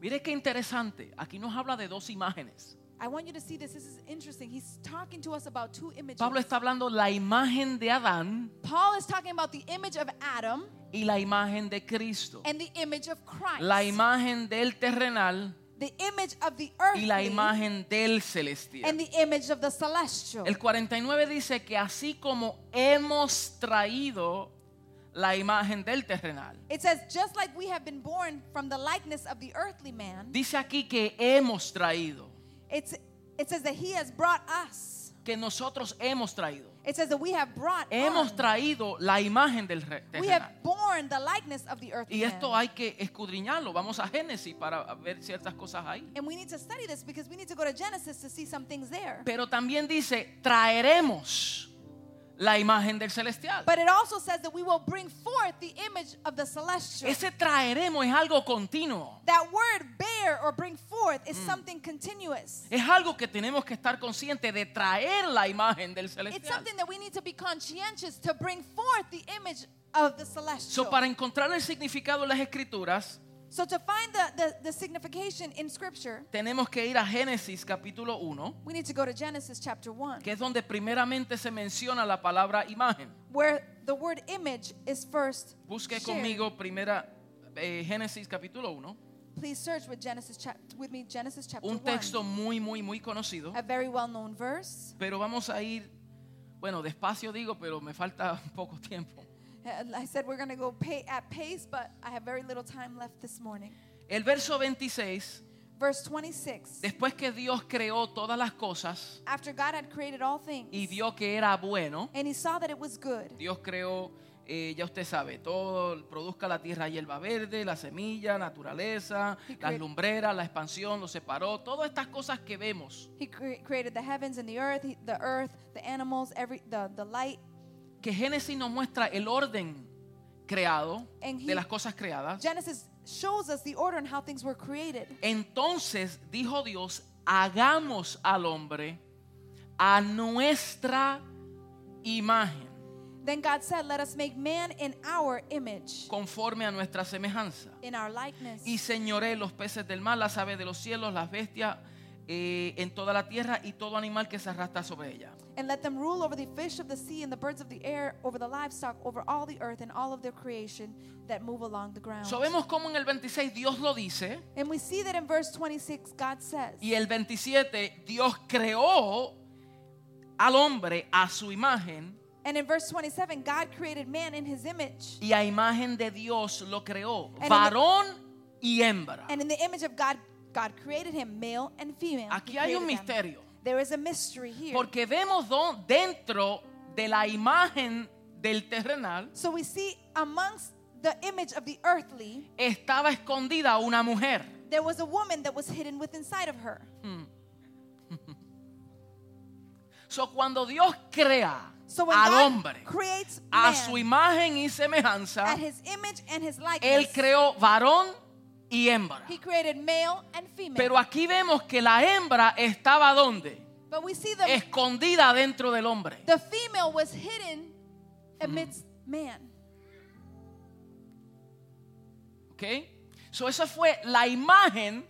Speaker 1: Mire qué interesante, aquí nos habla de dos imágenes.
Speaker 2: I want you to see this. This is interesting. He's talking to us about two images.
Speaker 1: Pablo está hablando la imagen de Adán
Speaker 2: Paul is talking about the image of Adam
Speaker 1: y la imagen de Cristo.
Speaker 2: and the image of Christ.
Speaker 1: La imagen del terrenal
Speaker 2: the image of
Speaker 1: y
Speaker 2: the earthly
Speaker 1: la imagen del
Speaker 2: and
Speaker 1: celestial.
Speaker 2: the image of the celestial.
Speaker 1: El 49 dice que así como hemos traído la imagen del terrenal.
Speaker 2: It says, just like we have been born from the likeness of the earthly man,
Speaker 1: Dice aquí que hemos traído,
Speaker 2: it's, it says that he has brought us.
Speaker 1: que nosotros hemos traído.
Speaker 2: It says that we have brought
Speaker 1: Hemos
Speaker 2: on.
Speaker 1: traído la imagen del re-
Speaker 2: We have
Speaker 1: terrenal.
Speaker 2: borne the likeness of the earthly
Speaker 1: Y esto
Speaker 2: man.
Speaker 1: hay que escudriñarlo. Vamos a Génesis para ver ciertas cosas ahí.
Speaker 2: And we need to study this because we need to go to Genesis to see some things there.
Speaker 1: Pero también dice, traeremos la imagen del celestial.
Speaker 2: But it also says that we will bring forth the image of the celestial.
Speaker 1: Ese traeremos es algo continuo.
Speaker 2: That word bear or bring forth is
Speaker 1: Mm.
Speaker 2: something continuous.
Speaker 1: Es algo que tenemos que estar conscientes de traer la imagen del
Speaker 2: It's
Speaker 1: celestial.
Speaker 2: something that we need to be conscientious to bring forth the image of the celestial.
Speaker 1: So, para encontrar el significado de las escrituras,
Speaker 2: So to find the, the, the signification in Scripture,
Speaker 1: tenemos que ir a Génesis capítulo 1,
Speaker 2: we need to go to Genesis chapter 1,
Speaker 1: que es donde primeramente se menciona la palabra imagen.
Speaker 2: where the word image is first
Speaker 1: Busque
Speaker 2: shared.
Speaker 1: conmigo primera eh, Génesis capítulo 1,
Speaker 2: Please search with Genesis chap- with me Genesis chapter
Speaker 1: un
Speaker 2: 1.
Speaker 1: texto muy, muy, muy conocido,
Speaker 2: A very well-known verse.
Speaker 1: pero vamos a ir, bueno, despacio digo, pero me falta poco tiempo.
Speaker 2: And Uh, I said we're going to go pay at pace, but I have very little time left this morning.
Speaker 1: El verso 26,
Speaker 2: Verse 26.
Speaker 1: después que Dios creó todas las cosas
Speaker 2: After God had created all things,
Speaker 1: y vio que era bueno,
Speaker 2: and he saw that it was good.
Speaker 1: Dios creó, eh, ya usted sabe, todo, produzca la tierra hierba verde, la semilla, naturaleza,
Speaker 2: He
Speaker 1: las
Speaker 2: created-
Speaker 1: lumbreras, la expansión, lo separó, todas estas cosas que vemos,
Speaker 2: He cre- created the heavens and the earth, he- the earth, the animals, every the, the light.
Speaker 1: que Génesis nos muestra el orden creado
Speaker 2: And
Speaker 1: de
Speaker 2: he-
Speaker 1: las cosas creadas.
Speaker 2: Genesis shows us the order and how things were created.
Speaker 1: Entonces dijo Dios, hagamos al hombre a nuestra imagen,
Speaker 2: Then God said, "Let us make man in our image,
Speaker 1: conforme a nuestra semejanza.
Speaker 2: in our likeness."
Speaker 1: Y señoré los peces del mar, las aves de los cielos, las bestias eh, en toda la tierra y todo animal que se arrastra sobre ella.
Speaker 2: And let them rule over the fish of the sea and the birds of the air, over the livestock, over all the earth and all of their creation that move along the ground.
Speaker 1: So vemos cómo en el 26 Dios lo dice
Speaker 2: and we see that in verse 26, God says,
Speaker 1: y el 27 Dios creó al hombre a su imagen
Speaker 2: and in verse 27, God created man in his image,
Speaker 1: y a imagen de Dios lo creó,
Speaker 2: the-
Speaker 1: varón y hembra.
Speaker 2: and in the image of God, God created him male and female. He
Speaker 1: Aquí hay un
Speaker 2: created them.
Speaker 1: misterio,
Speaker 2: There is a mystery here.
Speaker 1: porque vemos don- dentro de la imagen del terrenal
Speaker 2: so we see amongst the image of the earthly,
Speaker 1: estaba escondida una mujer.
Speaker 2: there was a woman that was hidden within inside of her.
Speaker 1: So, cuando Dios crea
Speaker 2: So when
Speaker 1: al
Speaker 2: God
Speaker 1: hombre
Speaker 2: creates
Speaker 1: a
Speaker 2: man
Speaker 1: su imagen y semejanza,
Speaker 2: at his image and his
Speaker 1: Él
Speaker 2: likeness,
Speaker 1: creó varón y hembra.
Speaker 2: He created male and female.
Speaker 1: Pero aquí vemos que la hembra estaba donde?
Speaker 2: but we see the,
Speaker 1: Escondida dentro del hombre.
Speaker 2: the female was hidden amidst man.
Speaker 1: ¿Ok? So, esa fue la imagen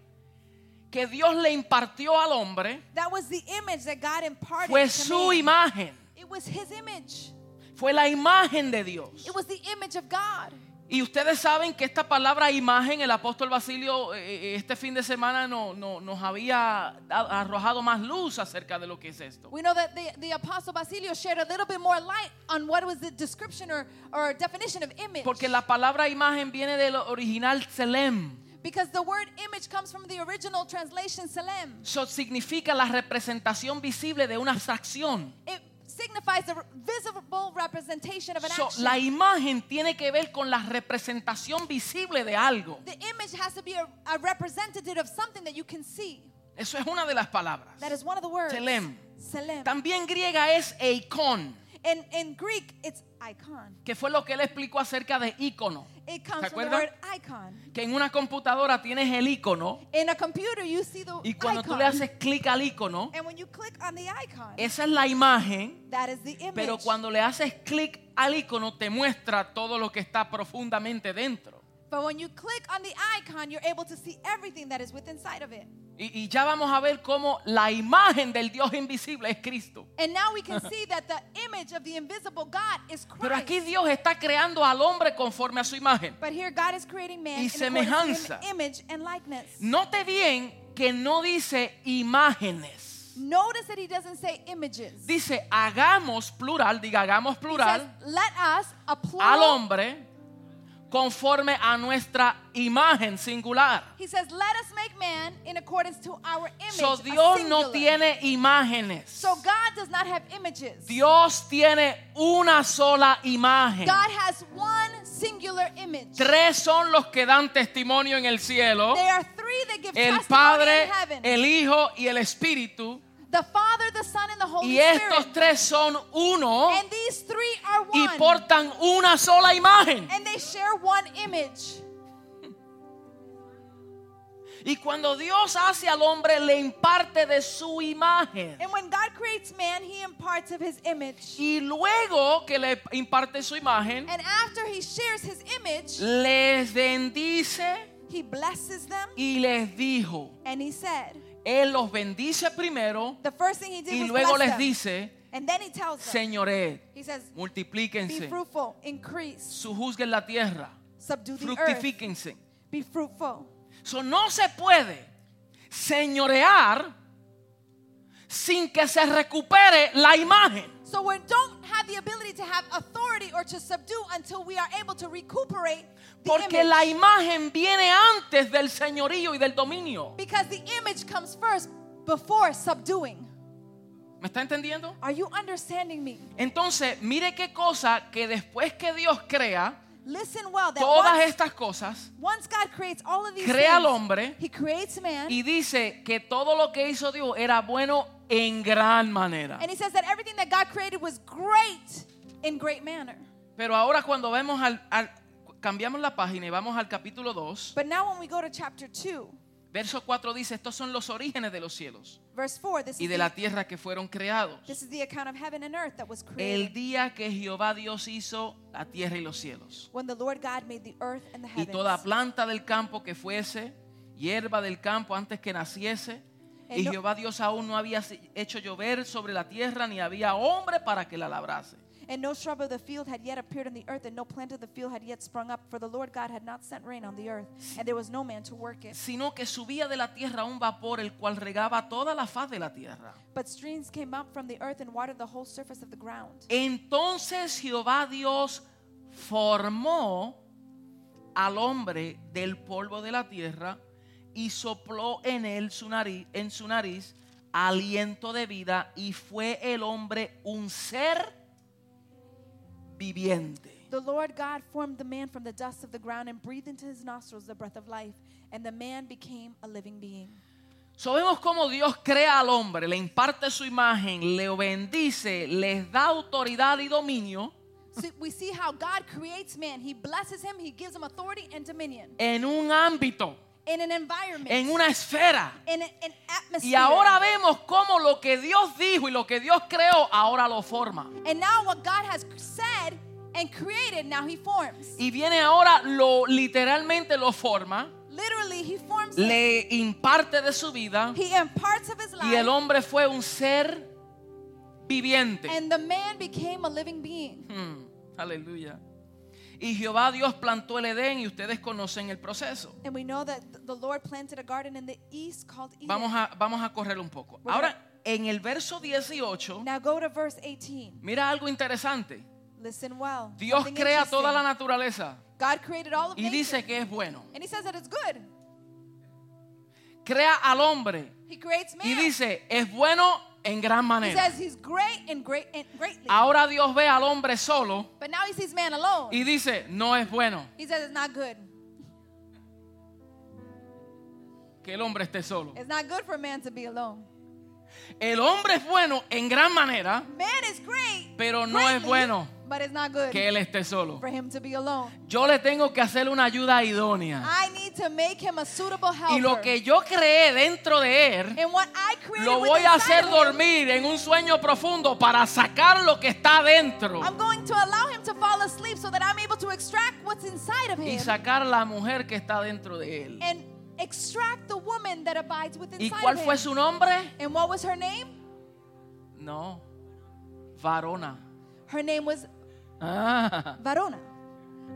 Speaker 1: que Dios le impartió al hombre.
Speaker 2: That was the image that God imparted.
Speaker 1: Fue
Speaker 2: to
Speaker 1: su
Speaker 2: man.
Speaker 1: imagen.
Speaker 2: It was his image.
Speaker 1: Fue la imagen de Dios.
Speaker 2: It was the image of God.
Speaker 1: Y ustedes saben que esta palabra imagen, el apóstol Basilio eh, eh, este fin de semana no- no- nos había da- arrojado más luz acerca de lo que es esto.
Speaker 2: We know that the, the apostle Basilio shared a little bit more light on what was the description or, or definition of image.
Speaker 1: Porque la palabra imagen viene del original Selem.
Speaker 2: because the word image comes from the original translation Salem.
Speaker 1: Eso significa la representación visible de una abstracción.
Speaker 2: It signifies the visible representation of an
Speaker 1: So,
Speaker 2: action.
Speaker 1: la imagen tiene que ver con la representación visible de algo.
Speaker 2: The image has to be a, a representative of something that you can see.
Speaker 1: Eso es una de las palabras.
Speaker 2: That is one of the words.
Speaker 1: Telem.
Speaker 2: Selem.
Speaker 1: También griega es eikon,
Speaker 2: In, in Greek, it's icon.
Speaker 1: que fue lo que él explicó acerca de ícono.
Speaker 2: It comes
Speaker 1: ¿Se
Speaker 2: from the
Speaker 1: acuerdan?
Speaker 2: word icon.
Speaker 1: Que en una computadora tienes el ícono
Speaker 2: In a computer, you see the
Speaker 1: Y cuando
Speaker 2: icon.
Speaker 1: tú le haces clic al icono,
Speaker 2: and when you click on the icon,
Speaker 1: esa es la imagen,
Speaker 2: that is the image.
Speaker 1: pero cuando le haces clic al icono te muestra todo lo que está profundamente dentro.
Speaker 2: but when you click on the icon, you're able to see everything that is within sight of it.
Speaker 1: Y, y ya vamos a ver cómo la imagen del Dios invisible es Cristo.
Speaker 2: And now we can see that the image of the invisible God is Christ.
Speaker 1: Pero aquí Dios está creando al hombre conforme a su imagen.
Speaker 2: but here God is creating man
Speaker 1: Y
Speaker 2: in accordance to
Speaker 1: semejanza.
Speaker 2: his image and likeness.
Speaker 1: Note bien que no dice imágenes.
Speaker 2: Notice that he doesn't say images.
Speaker 1: Dice hagamos plural, diga hagamos
Speaker 2: He says,
Speaker 1: plural
Speaker 2: let us
Speaker 1: al
Speaker 2: apply.
Speaker 1: hombre conforme a nuestra imagen singular.
Speaker 2: He says, let us make man in accordance to our image.
Speaker 1: So
Speaker 2: a
Speaker 1: Dios no
Speaker 2: singular.
Speaker 1: tiene imágenes.
Speaker 2: So God does not have images.
Speaker 1: Dios tiene una sola imagen.
Speaker 2: God has one singular image.
Speaker 1: Tres son los que dan testimonio en el cielo.
Speaker 2: There are three that give
Speaker 1: El
Speaker 2: testimony
Speaker 1: Padre,
Speaker 2: in heaven.
Speaker 1: el Hijo y el Espíritu.
Speaker 2: the Father, the Son, and the Holy
Speaker 1: Y
Speaker 2: Spirit.
Speaker 1: estos tres son uno
Speaker 2: and these three are
Speaker 1: y
Speaker 2: one.
Speaker 1: portan una sola imagen.
Speaker 2: and they share one image.
Speaker 1: Y cuando Dios hace al hombre, le imparte de su imagen.
Speaker 2: And when God creates man, he imparts of his image.
Speaker 1: Y luego que le imparte su imagen,
Speaker 2: and after he shares his image,
Speaker 1: les bendice
Speaker 2: He blesses them
Speaker 1: y les dijo,
Speaker 2: and he said,
Speaker 1: Él los bendice primero
Speaker 2: the first thing he did
Speaker 1: y
Speaker 2: was
Speaker 1: luego les
Speaker 2: bless them.
Speaker 1: dice,
Speaker 2: And then he tells them,
Speaker 1: señored,
Speaker 2: he says, be
Speaker 1: multiplíquense,
Speaker 2: fruitful, increase,
Speaker 1: sujuzguen la tierra,
Speaker 2: subdue the earth,
Speaker 1: fructifíquense.
Speaker 2: be fruitful.
Speaker 1: So, no se puede señorear sin que se recupere la imagen.
Speaker 2: So we don't have the ability to have authority or to subdue until we are able to recuperate the
Speaker 1: Porque
Speaker 2: image.
Speaker 1: la imagen viene antes del señorío y del dominio.
Speaker 2: Because the image comes first before subduing.
Speaker 1: ¿Me está entendiendo?
Speaker 2: Are you understanding me?
Speaker 1: Entonces, mire qué cosa que después que Dios crea
Speaker 2: Listen well that
Speaker 1: todas
Speaker 2: once,
Speaker 1: estas cosas
Speaker 2: once God creates all of these
Speaker 1: Crea al
Speaker 2: things,
Speaker 1: hombre
Speaker 2: He creates man.
Speaker 1: y dice que todo lo que hizo Dios era bueno en gran manera.
Speaker 2: and he says that everything that God created was great in great manner.
Speaker 1: Pero ahora cuando vemos al, al- cambiamos la página y vamos al capítulo 2,
Speaker 2: But now when we go to chapter 2,
Speaker 1: verso 4 dice, estos son los orígenes de los cielos
Speaker 2: verse 4, this
Speaker 1: y
Speaker 2: is,
Speaker 1: de
Speaker 2: the,
Speaker 1: la tierra que fueron creados.
Speaker 2: this is the account of heaven and earth that was
Speaker 1: El
Speaker 2: created
Speaker 1: día que Jehová Dios hizo la tierra y los cielos.
Speaker 2: when the Lord God made the earth and the
Speaker 1: y
Speaker 2: heavens.
Speaker 1: toda planta del campo que fuese, hierba del campo antes que naciese.
Speaker 2: Eh,
Speaker 1: Y
Speaker 2: no-
Speaker 1: Jehová Dios aún no había si- hecho llover sobre la tierra, ni había hombre para que la labrase.
Speaker 2: And no shrub of the field had yet appeared on the earth, and no plant of the field had yet sprung up, for the Lord God had not sent rain on the earth, and there was no man to work it.
Speaker 1: Sino que subía de la tierra un vapor, el cual regaba toda la faz de la tierra.
Speaker 2: But streams came up from the earth and watered the whole surface of the ground.
Speaker 1: Entonces Jehová Dios formó al hombre del polvo de la tierra y sopló en él su nariz, en su nariz aliento de vida y fue el hombre un ser viviente.
Speaker 2: The Lord God formed the man from the dust of the ground and breathed into his nostrils the breath of life, and the man became a living being.
Speaker 1: Sabemos cómo Dios crea al hombre, le imparte su imagen, le bendice, les da autoridad y dominio
Speaker 2: So we see how God creates man. He blesses him, he gives him authority and dominion
Speaker 1: en un ámbito,
Speaker 2: in an environment,
Speaker 1: en una esfera.
Speaker 2: in a- an atmosphere.
Speaker 1: Y ahora vemos cómo lo que Dios dijo y lo que Dios creó ahora lo forma.
Speaker 2: and now what God has said and created, now he forms.
Speaker 1: Y viene ahora, lo literalmente lo forma,
Speaker 2: Literally, he forms him.
Speaker 1: le imparte de su vida
Speaker 2: He imparts of his
Speaker 1: y el
Speaker 2: life,
Speaker 1: hombre fue un ser viviente.
Speaker 2: and the man became a living being.
Speaker 1: Hmm, aleluya. Y Jehová Dios plantó el Edén y ustedes conocen el proceso.
Speaker 2: And we know that th- the Lord planted a garden in the east called Eden.
Speaker 1: Vamos a, vamos a correr un poco. Ahora, en el verso 18,
Speaker 2: Now go to verse 18.
Speaker 1: mira algo interesante.
Speaker 2: Listen well.
Speaker 1: Dios
Speaker 2: Something
Speaker 1: crea
Speaker 2: interesting.
Speaker 1: toda la naturaleza
Speaker 2: God created all of
Speaker 1: y
Speaker 2: nature,
Speaker 1: dice que es bueno.
Speaker 2: and He says that it's good.
Speaker 1: Crea al hombre
Speaker 2: He creates man.
Speaker 1: Y dice, es bueno en gran
Speaker 2: he
Speaker 1: manera.
Speaker 2: says He's great and great and greatly.
Speaker 1: Ahora Dios ve al hombre solo
Speaker 2: but now He sees man alone.
Speaker 1: Ah. y dice, no es bueno
Speaker 2: he says it's not good.
Speaker 1: que el hombre esté solo.
Speaker 2: It's not good for man to be alone.
Speaker 1: El hombre es bueno en gran manera
Speaker 2: Man is great,
Speaker 1: Pero no es
Speaker 2: greatly,
Speaker 1: bueno
Speaker 2: But it's not good
Speaker 1: que él esté solo.
Speaker 2: for him to be alone.
Speaker 1: Yo le tengo que hacer una ayuda idónea.
Speaker 2: I need to make him a suitable helper.
Speaker 1: Ah. Y lo que yo creé dentro de él,
Speaker 2: And what I created
Speaker 1: lo
Speaker 2: with
Speaker 1: voy a
Speaker 2: inside
Speaker 1: hacer
Speaker 2: of him,
Speaker 1: dormir en un sueño profundo para sacar lo que está dentro
Speaker 2: I'm going to allow him to fall asleep so that I'm able to extract what's inside of
Speaker 1: y
Speaker 2: him
Speaker 1: sacar la mujer que está dentro de él.
Speaker 2: and extract the woman that abides within
Speaker 1: ¿Y
Speaker 2: inside
Speaker 1: cuál
Speaker 2: of him.
Speaker 1: fue su nombre?
Speaker 2: and what was her name?
Speaker 1: No, varona.
Speaker 2: Her name was
Speaker 1: Ah,
Speaker 2: Varona.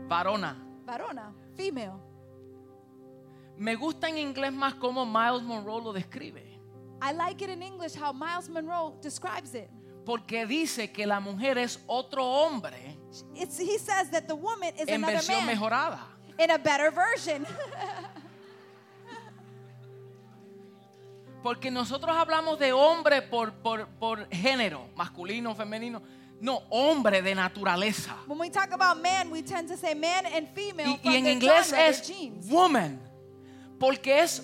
Speaker 1: varona.
Speaker 2: Varona, female.
Speaker 1: Me gusta en inglés más cómo Miles Monroe lo describe.
Speaker 2: I like it in English how Miles Monroe describes it.
Speaker 1: Porque dice que la mujer es otro hombre
Speaker 2: It's, he says that the woman is
Speaker 1: en
Speaker 2: another
Speaker 1: versión
Speaker 2: man
Speaker 1: mejorada.
Speaker 2: in a better version.
Speaker 1: Porque nosotros hablamos de hombre por, por, por género, masculino, femenino. No, hombre de naturaleza.
Speaker 2: when we talk about man, we tend to say man and female
Speaker 1: Y,
Speaker 2: from
Speaker 1: y en
Speaker 2: their
Speaker 1: inglés
Speaker 2: genre, their
Speaker 1: es
Speaker 2: genes.
Speaker 1: woman. Porque es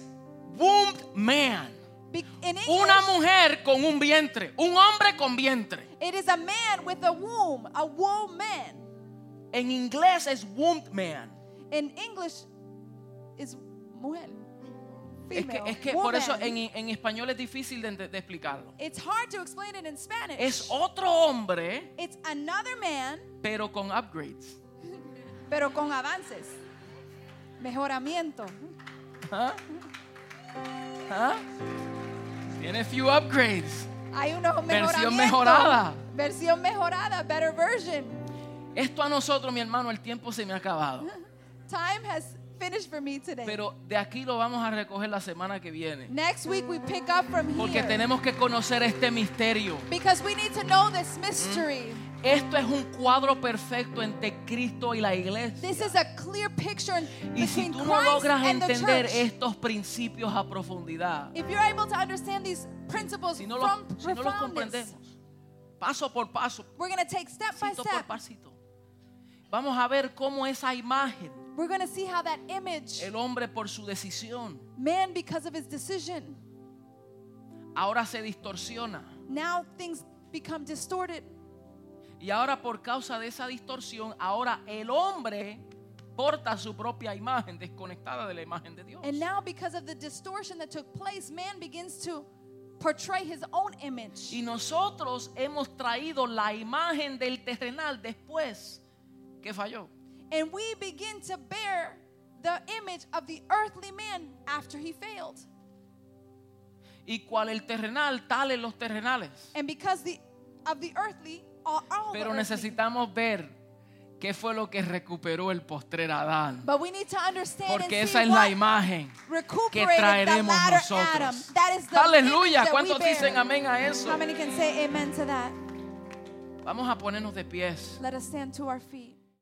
Speaker 1: womb man.
Speaker 2: Be- in English,
Speaker 1: Una mujer con un vientre. Un hombre con vientre.
Speaker 2: It is a man with a womb, a woman.
Speaker 1: En inglés es womb man.
Speaker 2: In English, is mujer.
Speaker 1: Es que,
Speaker 2: Female.
Speaker 1: es que por eso
Speaker 2: Woman.
Speaker 1: en, en español es difícil de, de- de explicarlo.
Speaker 2: it's hard to explain it in Spanish.
Speaker 1: Es otro hombre,
Speaker 2: it's another man,
Speaker 1: pero con upgrades.
Speaker 2: pero con avances, mejoramiento.
Speaker 1: ¿Ah? ¿Ah? Tiene few upgrades.
Speaker 2: Hay unos
Speaker 1: Versión
Speaker 2: mejoramientos.
Speaker 1: mejorada.
Speaker 2: Versión mejorada, better version.
Speaker 1: Esto a nosotros, mi hermano, el tiempo se me ha acabado.
Speaker 2: Time has finished for me today.
Speaker 1: Pero de aquí lo vamos a recoger la semana que viene.
Speaker 2: Next week we pick up from
Speaker 1: Porque
Speaker 2: here.
Speaker 1: tenemos que conocer este misterio.
Speaker 2: because we need to know
Speaker 1: Mm.
Speaker 2: this mystery.
Speaker 1: Esto es un cuadro perfecto entre Cristo y la iglesia.
Speaker 2: This is a clear picture in-
Speaker 1: Y si
Speaker 2: between
Speaker 1: tú no
Speaker 2: Christ
Speaker 1: logras
Speaker 2: and the
Speaker 1: entender
Speaker 2: church.
Speaker 1: estos principios a profundidad,
Speaker 2: if you're able to understand these principles
Speaker 1: si no los,
Speaker 2: from
Speaker 1: si no los
Speaker 2: profoundness,
Speaker 1: comprendemos, paso por paso,
Speaker 2: we're going to take step by
Speaker 1: pasito por
Speaker 2: step.
Speaker 1: pasito, vamos a ver cómo esa imagen,
Speaker 2: We're going to see how that image,
Speaker 1: el hombre por su decisión,
Speaker 2: man, because of his decision,
Speaker 1: ahora se distorsiona.
Speaker 2: now things become distorted.
Speaker 1: Y ahora por causa de esa distorsión, ahora el hombre porta su propia imagen desconectada de la imagen de Dios.
Speaker 2: And now, because of the distortion that took place, man begins to portray his own image.
Speaker 1: Y nosotros hemos traído la imagen del terrenal después que falló.
Speaker 2: And we begin to bear the image of the earthly man after he failed.
Speaker 1: Y cual el terrenal, tales los terrenales.
Speaker 2: And because the of the earthly are all the
Speaker 1: Pero
Speaker 2: earthly.
Speaker 1: necesitamos ver qué fue lo que recuperó el postrer Adán.
Speaker 2: But we need to understand
Speaker 1: Porque
Speaker 2: and
Speaker 1: esa es
Speaker 2: see
Speaker 1: la
Speaker 2: what
Speaker 1: imagen que
Speaker 2: recuperated the
Speaker 1: traeremos
Speaker 2: latter Adam.
Speaker 1: nosotros.
Speaker 2: That is the
Speaker 1: Aleluya.
Speaker 2: image that we
Speaker 1: ¿Cuántos
Speaker 2: bear.
Speaker 1: dicen amén a eso?
Speaker 2: How many can say amen to that?
Speaker 1: Vamos a ponernos de pies.
Speaker 2: Let us stand to our feet.